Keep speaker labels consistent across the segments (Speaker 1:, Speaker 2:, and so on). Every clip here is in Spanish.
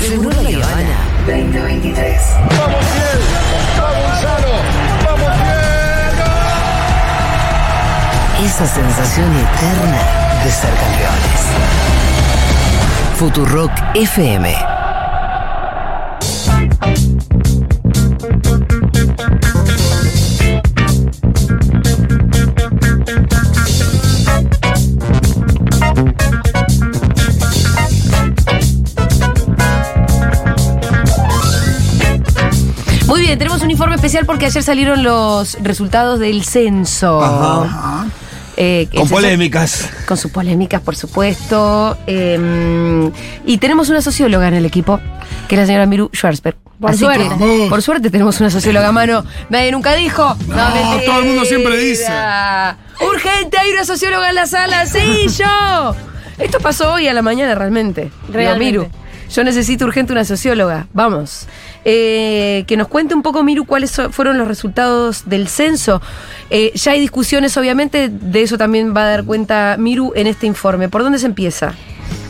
Speaker 1: Seguro la Habana.
Speaker 2: 2023.
Speaker 3: ¡Vamos bien! ¡Vamos sano! ¡Vamos bien!
Speaker 1: Esa sensación eterna de ser campeones. Futurock FM.
Speaker 4: Muy bien, tenemos un informe especial porque ayer salieron los resultados del censo.
Speaker 5: Ajá.
Speaker 4: Eh, el
Speaker 5: Con
Speaker 4: censo-
Speaker 5: polémicas.
Speaker 4: Con sus polémicas, por supuesto. Eh, y tenemos una socióloga en el equipo, que es la señora Miru Schwarzberg.
Speaker 6: Por
Speaker 4: Así
Speaker 6: suerte.
Speaker 4: que,
Speaker 6: Vamos.
Speaker 4: por suerte tenemos una socióloga a mano. Nadie nunca dijo.
Speaker 6: No, todo el mundo siempre dice.
Speaker 4: Urgente, hay una socióloga en la sala. Sí, yo. Esto pasó hoy a la mañana realmente. Digo,
Speaker 6: Realmente.
Speaker 4: Miru, yo necesito urgente una socióloga. Vamos. Eh, que nos cuente un poco, Miru, cuáles so- fueron los resultados del censo. Eh, ya hay discusiones, obviamente, de eso también va a dar cuenta Miru en este informe. ¿Por dónde se empieza?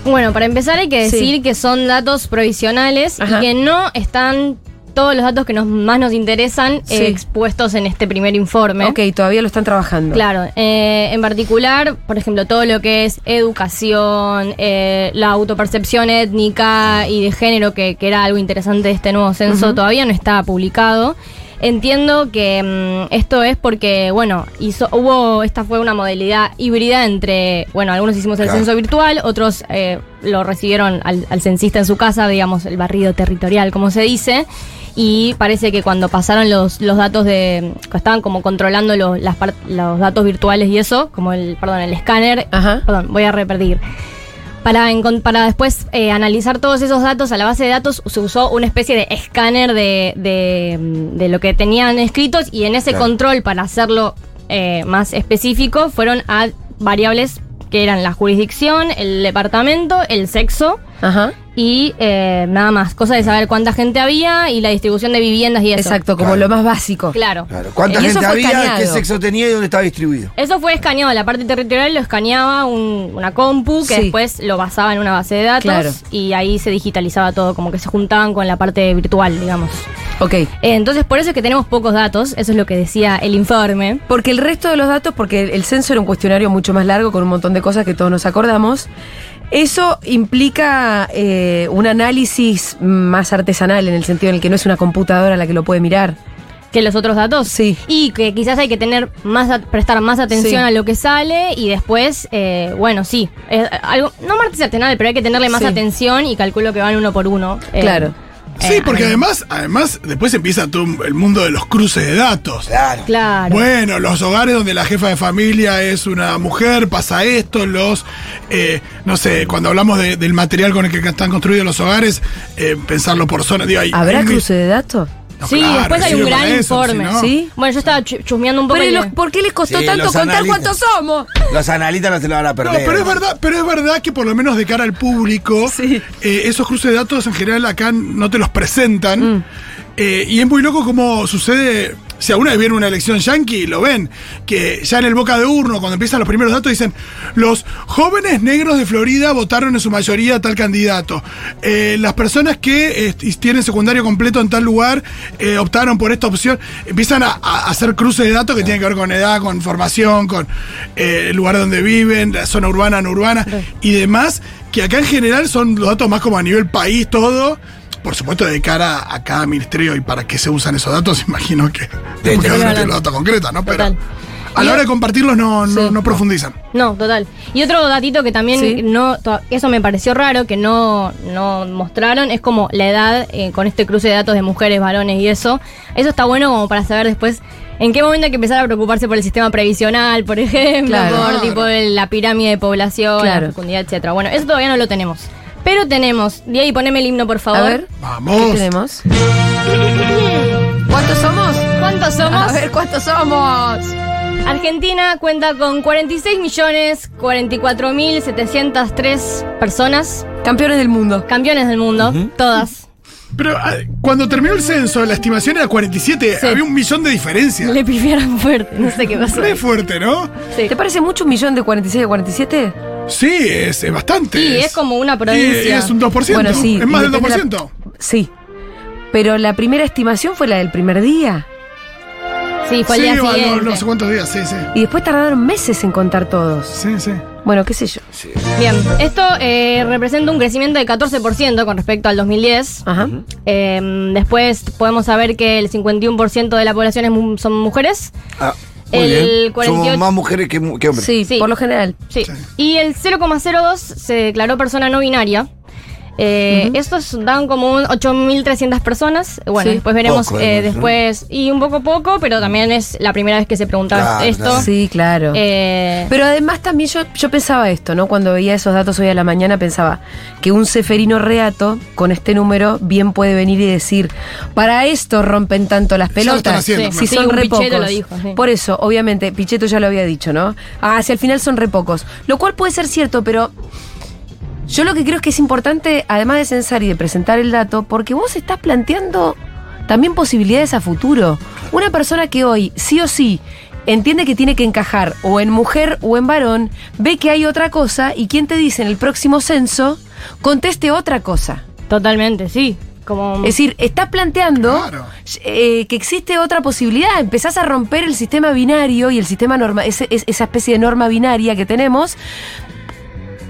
Speaker 6: Bueno, para empezar hay que
Speaker 4: Sí.
Speaker 6: decir que son datos provisionales
Speaker 4: Ajá.
Speaker 6: y que no están todos los datos que nos, más nos interesan eh,
Speaker 4: Sí.
Speaker 6: expuestos en este primer informe.
Speaker 4: Ok, todavía lo están trabajando.
Speaker 6: Claro, eh, en particular, por ejemplo, todo lo que es educación, eh, la autopercepción étnica y de género, que, que era algo interesante de este nuevo censo, todavía no está publicado. Entiendo que mm, esto es porque, bueno, hizo, hubo, esta fue una modalidad híbrida entre, bueno, algunos hicimos el
Speaker 5: Claro.
Speaker 6: censo virtual, otros eh, lo recibieron al, al censista en su casa, digamos, el barrido territorial, como se dice. Y parece que cuando pasaron los, los datos de. que estaban como controlando los, las par- los datos virtuales y eso, como el. perdón, el escáner.
Speaker 4: Ajá.
Speaker 6: Perdón, voy a repetir. Para, encon- para después eh, analizar todos esos datos a la base de datos se usó una especie de escáner de, de, mm, de lo que tenían escritos y en ese
Speaker 5: Claro.
Speaker 6: control para hacerlo eh, más específico fueron a variables que eran la jurisdicción, el departamento, el sexo
Speaker 4: Ajá.
Speaker 6: y eh, nada más. Cosa de saber cuánta gente había y la distribución de viviendas y eso.
Speaker 4: Exacto, como
Speaker 5: Claro.
Speaker 4: lo más básico.
Speaker 6: Claro.
Speaker 5: Claro. ¿Cuánta
Speaker 4: Y eso
Speaker 5: gente
Speaker 4: fue
Speaker 5: había?
Speaker 4: escaneado.
Speaker 5: ¿Qué sexo tenía y dónde estaba distribuido?
Speaker 6: Eso fue escaneado, la parte territorial lo escaneaba un- una compu que
Speaker 4: Sí.
Speaker 6: después lo basaba en una base de datos
Speaker 4: Claro.
Speaker 6: y ahí se digitalizaba todo, como que se juntaban con la parte virtual, digamos.
Speaker 4: Ok.
Speaker 6: Eh, entonces, por eso es que tenemos pocos datos, eso es lo que decía el informe.
Speaker 4: Porque el resto de los datos, porque el- el censo era un cuestionario mucho más largo con un montón de cosas que todos nos acordamos, eso implica eh, un análisis más artesanal en el sentido en el que no es una computadora la que lo puede mirar.
Speaker 6: Que los otros datos.
Speaker 4: Sí.
Speaker 6: Y que quizás hay que tener más at- prestar más atención
Speaker 4: Sí.
Speaker 6: a lo que sale y después, eh, bueno, sí. es eh, algo, no más artesanal, pero hay que tenerle más
Speaker 4: Sí.
Speaker 6: atención y calculo que van uno por uno. eh,
Speaker 4: Claro.
Speaker 6: eh,
Speaker 7: Sí, porque
Speaker 6: a-
Speaker 7: además, además, después empieza todo el mundo de los cruces de datos.
Speaker 5: Claro.
Speaker 6: Claro.
Speaker 7: Bueno, los hogares donde la jefa de familia es una mujer, pasa esto, los, eh, no sé, cuando hablamos de- del material con el que están construidos los hogares, eh, pensarlo por zona. Digo, hay-
Speaker 4: ¿Habrá
Speaker 7: hay-
Speaker 4: cruce de datos?
Speaker 7: No,
Speaker 6: sí,
Speaker 7: claro,
Speaker 6: después hay
Speaker 7: sirve
Speaker 6: un gran
Speaker 7: para eso,
Speaker 6: informe.
Speaker 7: si no-
Speaker 4: Sí.
Speaker 6: Bueno, yo estaba chu- chusmeando un poco.
Speaker 4: Pero ¿y
Speaker 6: y-
Speaker 4: los- ¿Por qué les costó
Speaker 5: Sí,
Speaker 4: tanto
Speaker 5: los
Speaker 4: contar
Speaker 5: analistas.
Speaker 4: cuántos somos?
Speaker 5: Los analistas no se lo van a
Speaker 7: No,
Speaker 5: perder.
Speaker 7: pero es verdad, pero es verdad que por lo menos de cara al público,
Speaker 4: Sí.
Speaker 7: eh, esos cruces de datos en general acá no te los presentan. Eh, y es muy loco como sucede. Si alguna vez viene una elección yankee, lo ven, que ya en el boca de urno, cuando empiezan los primeros datos, dicen, los jóvenes negros de Florida votaron en su mayoría a tal candidato. Eh, las personas que eh, tienen secundario completo en tal lugar eh, optaron por esta opción. Empiezan a, a hacer cruces de datos que tienen que ver con edad, con formación, con eh, el lugar donde viven, la zona urbana, no urbana y demás, que acá en general son los datos más como a nivel país, todo. Por supuesto, de cara a cada ministerio y para qué se usan esos datos, imagino que.
Speaker 5: Sí,
Speaker 7: porque
Speaker 5: sí.
Speaker 7: no tienen los datos concretos, ¿no? Pero
Speaker 6: Total.
Speaker 7: a la hora de compartirlos no, no, no profundizan.
Speaker 6: No, total. Y otro datito que también
Speaker 4: Sí.
Speaker 6: no, to- eso me pareció raro, que no, no mostraron, es como la edad eh, con este cruce de datos de mujeres, varones y eso. Eso está bueno como para saber después en qué momento hay que empezar a preocuparse por el sistema previsional, por ejemplo,
Speaker 4: Claro.
Speaker 6: por tipo el- la pirámide de población,
Speaker 4: Claro.
Speaker 6: la fecundidad, etcétera. Bueno, eso todavía no lo tenemos. Pero tenemos, Diego, poneme el himno, por favor.
Speaker 4: A ver, ¿qué
Speaker 7: Vamos.
Speaker 4: tenemos? ¿Cuántos somos?
Speaker 6: ¿Cuántos somos?
Speaker 4: A ver, ¿cuántos somos?
Speaker 6: Argentina cuenta con 46 millones 44 mil 703 personas,
Speaker 4: Campeones del mundo.
Speaker 6: campeones del mundo, todas.
Speaker 7: Pero ah, cuando terminó el censo, la estimación era 47.
Speaker 6: Sí.
Speaker 7: Había un millón de diferencias.
Speaker 6: Le pifiaron fuerte, no sé qué pasó.
Speaker 7: Re fuerte, ¿no?
Speaker 6: Sí.
Speaker 4: ¿Te parece mucho un millón de 46 a 47?
Speaker 7: Sí, es, es bastante.
Speaker 6: Y es como una provincia.
Speaker 7: Y es un 2%.
Speaker 4: Bueno, sí.
Speaker 7: Es más del
Speaker 4: depende de la-
Speaker 7: 2%.
Speaker 4: Sí. Pero la primera estimación fue la del primer día.
Speaker 6: Sí, fue
Speaker 7: sí,
Speaker 6: el día
Speaker 7: o a lo-
Speaker 6: siguiente.
Speaker 7: no sé cuántos días, sí, sí.
Speaker 4: Y después tardaron meses en contar todos.
Speaker 7: Sí, sí.
Speaker 4: Bueno, qué sé yo.
Speaker 6: Bien, esto eh, representa un crecimiento de 14% con respecto al 2010.
Speaker 4: Ajá.
Speaker 6: Eh, después podemos saber que el 51% de la población es mu- son mujeres.
Speaker 5: Ah, muy
Speaker 6: El
Speaker 5: bien.
Speaker 6: 48
Speaker 5: Somos más mujeres que, mu- que hombres.
Speaker 4: Sí,
Speaker 6: Sí.
Speaker 4: por lo general.
Speaker 6: Sí.
Speaker 7: Sí.
Speaker 6: Y el 0,02 se declaró persona no binaria. Eh, Estos dan como un 8.300 personas. Bueno,
Speaker 4: Sí.
Speaker 6: después veremos
Speaker 5: Poco,
Speaker 6: eh,
Speaker 5: digamos, ¿no?
Speaker 6: después. Y un poco poco, pero también es la primera vez que se preguntaba
Speaker 5: Claro,
Speaker 6: esto.
Speaker 5: claro.
Speaker 4: Sí, claro.
Speaker 6: Eh,
Speaker 4: Pero además también yo, yo pensaba esto, ¿no? Cuando veía esos datos hoy a la mañana pensaba que un ceferino reato con este número bien puede venir y decir, para esto rompen tanto las
Speaker 7: lo están
Speaker 4: pelotas.
Speaker 7: haciendo,
Speaker 4: Si
Speaker 6: Sí,
Speaker 4: son
Speaker 6: un
Speaker 4: re
Speaker 6: Pichetto
Speaker 4: pocos.
Speaker 6: lo dijo, sí.
Speaker 4: Por eso, obviamente, Pichetto ya lo había dicho, ¿no? Ah, si al final son re pocos. Lo cual puede ser cierto, pero yo lo que creo es que es importante, además de censar y de presentar el dato, porque vos estás planteando también posibilidades a futuro. Una persona que hoy, sí o sí, entiende que tiene que encajar o en mujer o en varón, ve que hay otra cosa y quien te dice en el próximo censo, conteste otra cosa.
Speaker 6: totalmente, sí. Como
Speaker 4: Es decir, estás planteando
Speaker 7: Claro.
Speaker 4: eh, que existe otra posibilidad. Empezás a romper el sistema binario y el sistema norma, ese- es- esa especie de norma binaria que tenemos.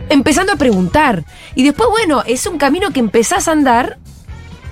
Speaker 4: Empezando a preguntar. Y después, bueno, es un camino que empezás a andar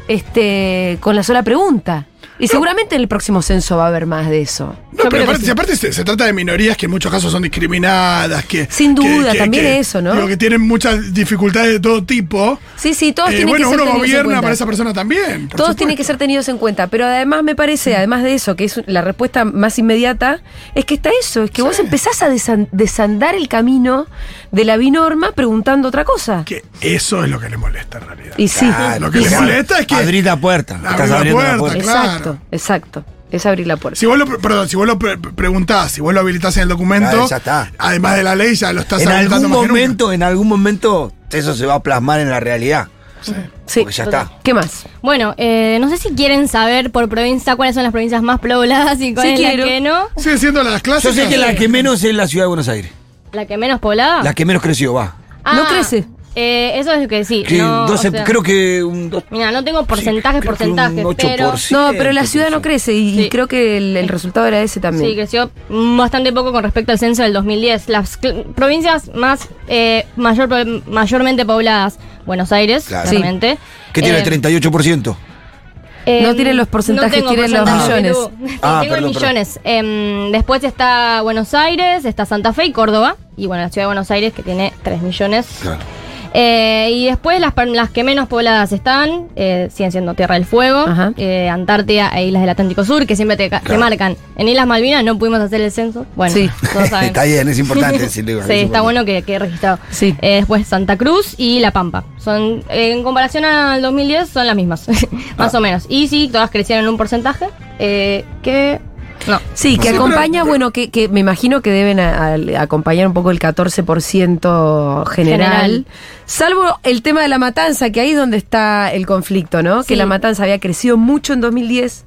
Speaker 4: este, con la sola pregunta. Y seguramente en el próximo censo va a haber más de eso.
Speaker 7: No,
Speaker 6: Yo
Speaker 7: pero
Speaker 6: creo
Speaker 7: aparte,
Speaker 6: que
Speaker 7: si aparte se, se trata de minorías que en muchos casos son discriminadas, que...
Speaker 4: Sin
Speaker 7: que-
Speaker 4: duda,
Speaker 7: que-
Speaker 4: también
Speaker 7: que-
Speaker 4: eso, ¿no?
Speaker 7: digo, que tienen muchas dificultades de todo tipo.
Speaker 4: Sí, sí, todos
Speaker 7: Eh,
Speaker 4: tienen
Speaker 7: bueno,
Speaker 4: que ser
Speaker 7: uno
Speaker 4: tenidos en
Speaker 7: gobierna
Speaker 4: cuenta.
Speaker 7: para esa persona también. por
Speaker 4: Todos
Speaker 7: supuesto.
Speaker 4: tienen que ser tenidos en cuenta, pero además me parece, además de eso, que es la respuesta más inmediata, es que está eso, es que vos empezás a desan- desandar el camino de la binorma preguntando otra cosa.
Speaker 7: Que eso es lo que le molesta en realidad.
Speaker 4: Y sí,
Speaker 5: Ah,
Speaker 7: Lo que le
Speaker 5: sí.
Speaker 7: molesta es que-
Speaker 5: Abrir la puerta.
Speaker 7: Abrir
Speaker 5: Estás
Speaker 7: la
Speaker 5: abriendo
Speaker 7: puerta,
Speaker 5: la puerta.
Speaker 7: claro.
Speaker 4: exacto, exacto, es abrir la puerta.
Speaker 7: Si vos lo, pre- perdón, si vos lo pre- preguntás, si vos lo habilitás en el documento,
Speaker 5: Claro, Ah, ya está.
Speaker 7: además de la ley, ya lo estás
Speaker 5: En
Speaker 7: habilitando
Speaker 5: algún
Speaker 7: más que nunca.
Speaker 5: momento, en algún momento, eso se va a plasmar en la realidad.
Speaker 4: Sí,
Speaker 5: Porque ya está.
Speaker 4: ¿qué más?
Speaker 6: Bueno, eh, no sé si quieren saber por provincia cuáles son las provincias más pobladas y cuál
Speaker 4: Sí
Speaker 6: es la
Speaker 4: quiero.
Speaker 6: que no.
Speaker 7: Sigue siendo las clases.
Speaker 5: Yo sé que la que menos es la ciudad de Buenos Aires.
Speaker 6: La que menos poblada. Ah,
Speaker 5: La que menos creció, va.
Speaker 4: No crece.
Speaker 6: eh, eso es lo que sí.
Speaker 5: Que
Speaker 6: no,
Speaker 5: doce-
Speaker 6: o sea,
Speaker 5: creo que un dos-
Speaker 6: Mira, no tengo porcentaje,
Speaker 5: creo que un
Speaker 6: porcentaje,
Speaker 5: 8%.
Speaker 6: pero
Speaker 5: Sí,
Speaker 4: No, pero la
Speaker 5: entonces,
Speaker 4: ciudad no
Speaker 5: sí.
Speaker 4: crece y, y
Speaker 6: Sí.
Speaker 4: creo que el, el resultado era ese también.
Speaker 6: sí, creció bastante poco con respecto al censo del 2010. Las cl- provincias más eh, mayor, mayormente pobladas, Buenos Aires,
Speaker 5: Claro.
Speaker 4: Sí.
Speaker 6: claramente.
Speaker 5: Que tiene
Speaker 6: Eh,
Speaker 5: el 38%.
Speaker 6: Eh,
Speaker 4: No tienen los porcentajes,
Speaker 6: tengo
Speaker 4: tienen los
Speaker 6: porcentajes,
Speaker 4: millones.
Speaker 6: Edu. Sí,
Speaker 5: Ah,
Speaker 6: tengo
Speaker 5: perdón,
Speaker 6: millones. Em, después está Buenos Aires, está Santa Fe y Córdoba. Y bueno, la ciudad de Buenos Aires que tiene 3 millones.
Speaker 5: Claro.
Speaker 6: Eh, y después las, per- las que menos pobladas están, eh, siguen siendo Tierra del Fuego,
Speaker 4: Ajá.
Speaker 6: eh, Antártida e Islas del Atlántico Sur, que siempre te, ca- te
Speaker 5: Claro.
Speaker 6: marcan. En Islas Malvinas no pudimos hacer el censo. Bueno,
Speaker 4: Sí.
Speaker 6: todos saben.
Speaker 5: Está bien, es importante decirlo.
Speaker 6: Sí, está bueno que que he registrado.
Speaker 4: Sí.
Speaker 6: Eh, después Santa Cruz y La Pampa. Son eh, En comparación al 2010 son las mismas, más o menos. Y sí, todas crecieron un porcentaje eh, que... No.
Speaker 4: Sí, que
Speaker 7: Sí,
Speaker 4: acompaña,
Speaker 7: pero-
Speaker 4: bueno, que, que me imagino que deben a- a- acompañar un poco el 14% general,
Speaker 6: General.
Speaker 4: Salvo el tema de la matanza, que ahí es donde está el conflicto, ¿no? Que
Speaker 6: Sí.
Speaker 4: la matanza había crecido mucho en 2010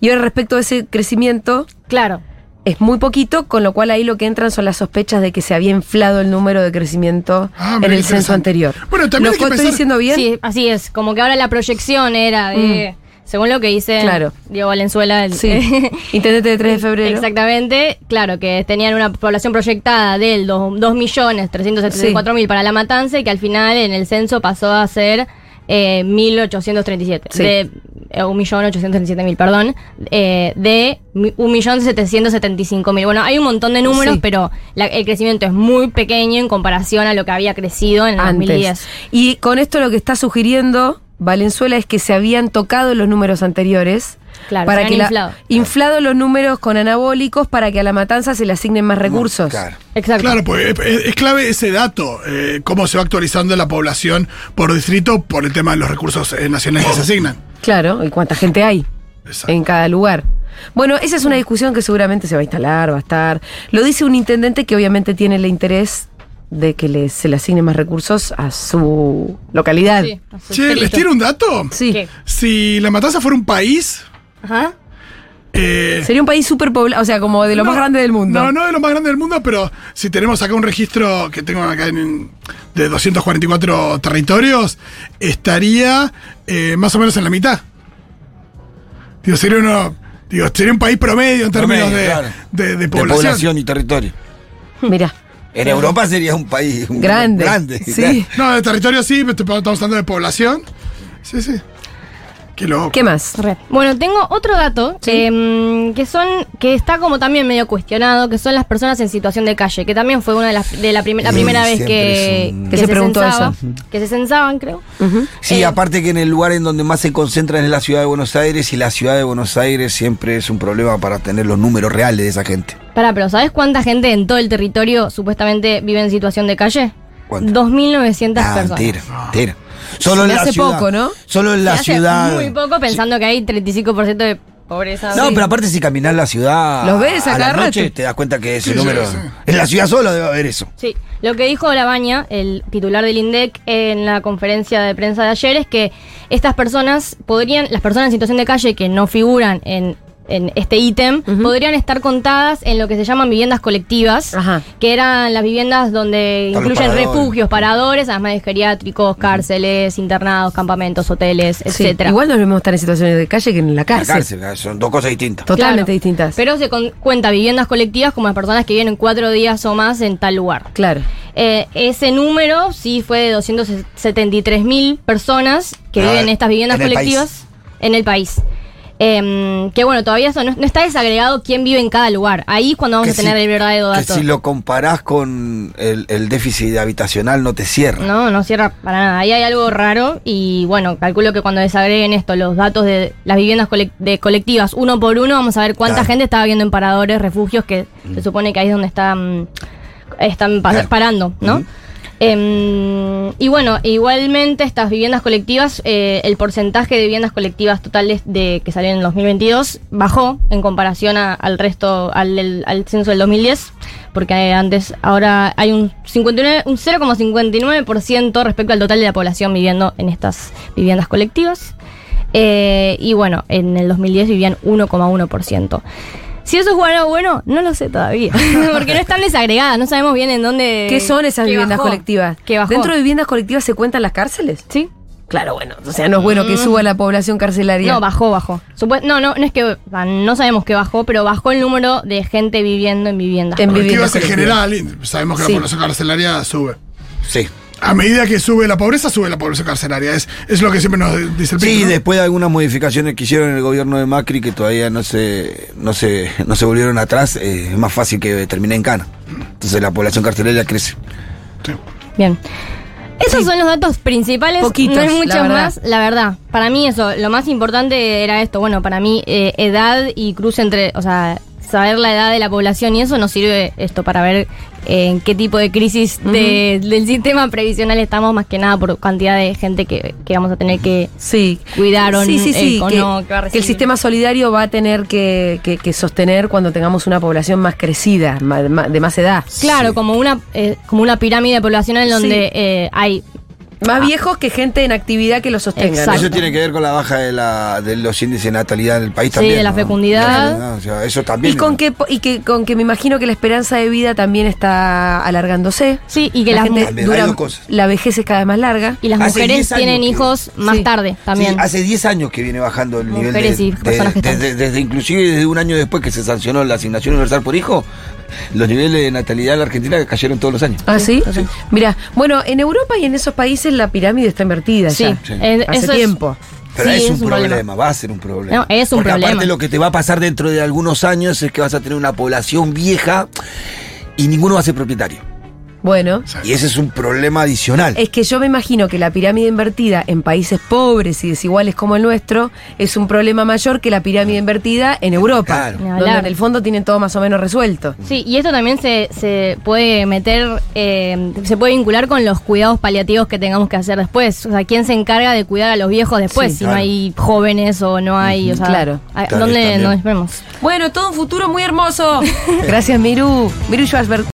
Speaker 4: y ahora respecto a ese crecimiento
Speaker 6: Claro.
Speaker 4: es muy poquito, con lo cual ahí lo que entran son las sospechas de que se había inflado el número de crecimiento
Speaker 7: Ah,
Speaker 4: en
Speaker 7: mira, qué
Speaker 4: el censo
Speaker 7: interesante.
Speaker 4: anterior.
Speaker 7: Bueno, también
Speaker 4: ¿Lo
Speaker 7: hay que
Speaker 4: estoy
Speaker 7: pensar-
Speaker 4: diciendo bien?
Speaker 6: Sí, así es. Como que ahora la proyección era de... Según lo que dice
Speaker 4: Mm. Claro.
Speaker 6: Diego Valenzuela, el,
Speaker 4: Sí. Intendente de 3 de febrero.
Speaker 6: Exactamente, claro, que tenían una población proyectada del 2.374.000 para la matanza y que al final en el censo pasó a ser eh, 1.837.
Speaker 4: Sí.
Speaker 6: De eh, 1.837.000, perdón. eh, de mi- 1.775.000. Bueno, hay un montón de números,
Speaker 4: Sí.
Speaker 6: pero la- el crecimiento es muy pequeño en comparación a lo que había crecido en el
Speaker 4: antes.
Speaker 6: 2010.
Speaker 4: Y con esto lo que está sugiriendo Valenzuela es que se habían tocado los números anteriores.
Speaker 6: Claro, se habían
Speaker 4: que la-
Speaker 6: inflado.
Speaker 4: inflado los números con anabólicos para que a la matanza se le asignen más recursos.
Speaker 5: Claro.
Speaker 6: Exacto.
Speaker 7: Claro, pues es, es- es clave ese dato, eh, cómo se va actualizando la población por distrito por el tema de los recursos eh, nacionales que se asignan.
Speaker 4: Claro, y cuánta gente hay
Speaker 7: Exacto.
Speaker 4: en cada lugar. Bueno, esa es una discusión que seguramente se va a instalar, va a estar. Lo dice un intendente que obviamente tiene el interés de que le- se le asignen más recursos a su localidad.
Speaker 6: Sí, así,
Speaker 7: Che, ¿les
Speaker 6: listo.
Speaker 7: tiro un dato?
Speaker 4: Sí.
Speaker 6: ¿Qué?
Speaker 7: Si la matanza fuera un país,
Speaker 6: Ajá.
Speaker 7: Eh,
Speaker 4: Sería un país súper poblado, o sea, como de lo más
Speaker 7: no,
Speaker 4: grande del mundo.
Speaker 7: No, no de lo más grande del mundo, pero si tenemos acá un registro que tengo acá en- de 244 territorios, estaría eh, más o menos en la mitad. Digo, sería uno. Digo, sería un país promedio en términos
Speaker 5: Promedio,
Speaker 7: de,
Speaker 5: claro.
Speaker 7: de- de
Speaker 5: De
Speaker 7: población.
Speaker 5: población y territorio.
Speaker 4: Mirá.
Speaker 5: En Europa sería un país un-
Speaker 4: Grande.
Speaker 5: grande
Speaker 4: Sí.
Speaker 7: No, de territorio sí, pero estamos hablando de población. Sí, sí. Qué loco.
Speaker 4: ¿Qué más?
Speaker 6: Re. Bueno, tengo otro dato eh, que son que está como también medio cuestionado, que son las personas en situación de calle, que también fue una de las de la, prim- la
Speaker 5: Sí,
Speaker 6: primera vez
Speaker 5: siempre
Speaker 6: que,
Speaker 5: es un-
Speaker 4: Que se preguntó
Speaker 6: censaba-
Speaker 4: eso.
Speaker 6: que se censaban, creo.
Speaker 4: Ujú.
Speaker 5: Sí,
Speaker 6: Eh,
Speaker 5: aparte que en el lugar en donde más se concentran es la ciudad de Buenos Aires y la ciudad de Buenos Aires siempre es un problema para tener los números reales de esa gente.
Speaker 6: Pará, pero ¿sabes cuánta gente en todo el territorio supuestamente vive en situación de calle?
Speaker 5: ¿Cuánto?
Speaker 6: 2.900
Speaker 5: Ah,
Speaker 6: personas.
Speaker 5: mentira, mentira. Solo
Speaker 4: Se me
Speaker 5: en la
Speaker 4: hace
Speaker 5: ciudad.
Speaker 4: poco, ¿no?
Speaker 5: Solo en la
Speaker 6: Se hace
Speaker 5: ciudad.
Speaker 6: Muy poco pensando que hay 35% de pobreza.
Speaker 5: No,
Speaker 6: Sí.
Speaker 5: pero aparte si caminas la ciudad
Speaker 4: Los ves a
Speaker 5: a
Speaker 4: cada
Speaker 5: la
Speaker 4: rato.
Speaker 5: noche te das cuenta que ese
Speaker 7: Sí,
Speaker 5: número
Speaker 7: sí, sí.
Speaker 5: en la ciudad solo debe haber eso.
Speaker 6: Sí, lo que dijo Labaña, el titular del INDEC, en la conferencia de prensa de ayer es que estas personas podrían, las personas en situación de calle que no figuran en, en este ítem, podrían estar contadas en lo que se llaman viviendas colectivas,
Speaker 4: Ajá.
Speaker 6: que eran las viviendas donde
Speaker 5: Están los
Speaker 6: incluyen
Speaker 5: paradores.
Speaker 6: refugios, paradores, además de geriátricos, cárceles, internados, campamentos, hoteles,
Speaker 4: Sí,
Speaker 6: etcétera.
Speaker 4: Igual no lo vemos estar en situaciones de calle que en la
Speaker 5: La
Speaker 4: cárcel.
Speaker 5: cárcel, son dos cosas distintas.
Speaker 4: Totalmente
Speaker 6: Claro.
Speaker 4: distintas.
Speaker 6: Pero se con- cuenta viviendas colectivas como las personas que viven cuatro días o más en tal lugar.
Speaker 4: claro.
Speaker 6: Eh, ese número sí fue de 273 mil personas que
Speaker 5: A
Speaker 6: viven
Speaker 5: ver,
Speaker 6: en estas viviendas
Speaker 5: en el
Speaker 6: colectivas en el país. Em, que bueno, todavía eso no, no está desagregado quién vive en cada lugar. Ahí es cuando vamos
Speaker 5: Que
Speaker 6: a tener
Speaker 5: si-
Speaker 6: el verdadero
Speaker 5: que
Speaker 6: dato.
Speaker 5: si lo comparás con el, el déficit habitacional no te cierra.
Speaker 6: No, no cierra para nada. Ahí hay algo raro y bueno, calculo que cuando desagreguen esto, los datos de las viviendas colec- de colectivas uno por uno, vamos a ver cuánta
Speaker 5: Claro. Mm.
Speaker 6: gente estaba viviendo en paradores, refugios, que se supone que ahí es donde están, están pa-
Speaker 5: Claro.
Speaker 6: parando, ¿no?
Speaker 5: Ujú.
Speaker 6: Em, y bueno, igualmente estas viviendas colectivas, eh, el porcentaje de viviendas colectivas totales de que salieron en 2022 bajó en comparación a- al resto, al, del- al censo del 2010, porque eh, antes, ahora hay un 59 un 0,59% respecto al total de la población viviendo en estas viviendas colectivas. Eh, y bueno, en el 2010 vivían 1,1%. Si eso es bueno o bueno, no lo sé todavía. Porque no están desagregadas, no sabemos bien en dónde.
Speaker 4: ¿Qué son esas
Speaker 6: qué
Speaker 4: viviendas
Speaker 6: Eh, bajó,
Speaker 4: colectivas?
Speaker 6: qué bajó.
Speaker 4: ¿Dentro de viviendas colectivas se cuentan las cárceles?
Speaker 6: Sí.
Speaker 4: Claro, bueno. O sea, no es bueno que suba la población carcelaria.
Speaker 6: Mm. No, bajó, bajó. Supue- no, no, no es que. ah, No sabemos que bajó, pero bajó el número de gente viviendo en viviendas.
Speaker 4: En
Speaker 6: colectivas.
Speaker 7: Porque
Speaker 4: viviendas
Speaker 7: ibas en
Speaker 4: colectivas.
Speaker 7: general, y sabemos que
Speaker 4: Sí.
Speaker 7: la población carcelaria sube.
Speaker 5: Sí.
Speaker 7: A medida que sube la pobreza, sube la población carcelaria. Es, es lo que siempre nos dice el
Speaker 5: Sí,
Speaker 7: Pitu, ¿no?
Speaker 5: después de algunas modificaciones que hicieron en el gobierno de Macri que todavía no se, no se, no se volvieron atrás, eh, es más fácil que termine en cana. Entonces la población carcelaria crece.
Speaker 6: Bien. Esos son los datos principales.
Speaker 4: Poquitos,
Speaker 6: no hay
Speaker 4: la
Speaker 6: muchos
Speaker 4: verdad.
Speaker 6: más. La verdad, para mí eso, lo más importante era esto. Bueno, para mí eh, edad y cruce entre, o sea, saber la edad de la población y eso nos sirve esto para ver eh, en qué tipo de crisis de- del sistema previsional estamos, más que nada por cantidad de gente que, que vamos a tener que...
Speaker 4: Sí.
Speaker 6: Cuidaron,
Speaker 4: Sí, sí, sí.
Speaker 6: eh, con
Speaker 4: que,
Speaker 6: no, que va a
Speaker 4: que el
Speaker 6: recibir.
Speaker 4: sistema solidario va a tener que, que- que sostener cuando tengamos una población más crecida, ma- ma- de más edad.
Speaker 6: Claro, como una eh, como una pirámide poblacional en donde
Speaker 4: Sí.
Speaker 6: eh, hay...
Speaker 4: Más viejos que gente en actividad que lo sostenga. ¿no?
Speaker 6: Ah. Exacto.
Speaker 5: Eso tiene que ver con la baja de, la, de los índices de natalidad en el país
Speaker 6: Sí,
Speaker 5: también.
Speaker 6: de la
Speaker 5: ¿no?
Speaker 6: fecundidad.
Speaker 5: O sea, eso también.
Speaker 4: Y con que po- y que con que me imagino que la esperanza de vida también está alargándose.
Speaker 6: Sí, y que
Speaker 4: la
Speaker 6: las, mu-
Speaker 4: gente
Speaker 5: También,
Speaker 4: dura-
Speaker 5: hay dos cosas.
Speaker 4: la vejez es cada vez más larga.
Speaker 6: y las
Speaker 5: Hace
Speaker 6: mujeres
Speaker 5: 10 años
Speaker 6: tienen
Speaker 5: que-
Speaker 6: hijos más
Speaker 4: Sí.
Speaker 6: tarde también.
Speaker 5: Sí, hace 10 años que viene bajando el nivel
Speaker 6: Mujeres
Speaker 5: de,
Speaker 6: y
Speaker 5: de-
Speaker 6: personas que
Speaker 5: desde, desde inclusive desde un año después que se sancionó la asignación universal por hijo, los niveles de natalidad en la Argentina cayeron todos los años.
Speaker 4: ¿Ah, sí? Mira, bueno, en Europa y en esos países la pirámide está invertida
Speaker 6: Sí,
Speaker 4: ya.
Speaker 6: sí. Eh,
Speaker 4: Hace
Speaker 6: eso es-
Speaker 4: tiempo.
Speaker 5: Pero
Speaker 6: Sí,
Speaker 5: es, un, problema. va a ser un problema.
Speaker 6: No, es un
Speaker 5: Porque
Speaker 6: problema.
Speaker 5: aparte lo que te va a pasar dentro de algunos años es que vas a tener una población vieja y ninguno va a ser propietario.
Speaker 4: Bueno,
Speaker 5: Y ese es un problema adicional.
Speaker 4: es que yo me imagino que la pirámide invertida en países pobres y desiguales como el nuestro es un problema mayor que la pirámide invertida en Europa,
Speaker 5: Claro.
Speaker 6: Ni
Speaker 4: donde
Speaker 6: hablar.
Speaker 4: en el fondo tienen todo más o menos resuelto.
Speaker 6: Sí, y esto también se, se puede meter, eh, se puede vincular con los cuidados paliativos que tengamos que hacer después. O sea, ¿quién se encarga de cuidar a los viejos después
Speaker 4: Sí,
Speaker 6: si no
Speaker 5: claro.
Speaker 6: hay jóvenes o no hay... o sea,
Speaker 4: Claro.
Speaker 6: ¿a-
Speaker 5: Claro,
Speaker 6: ¿Dónde
Speaker 5: también.
Speaker 6: nos vemos?
Speaker 4: Bueno, todo un futuro muy hermoso. Gracias, Miru. Miru Schwarzberg.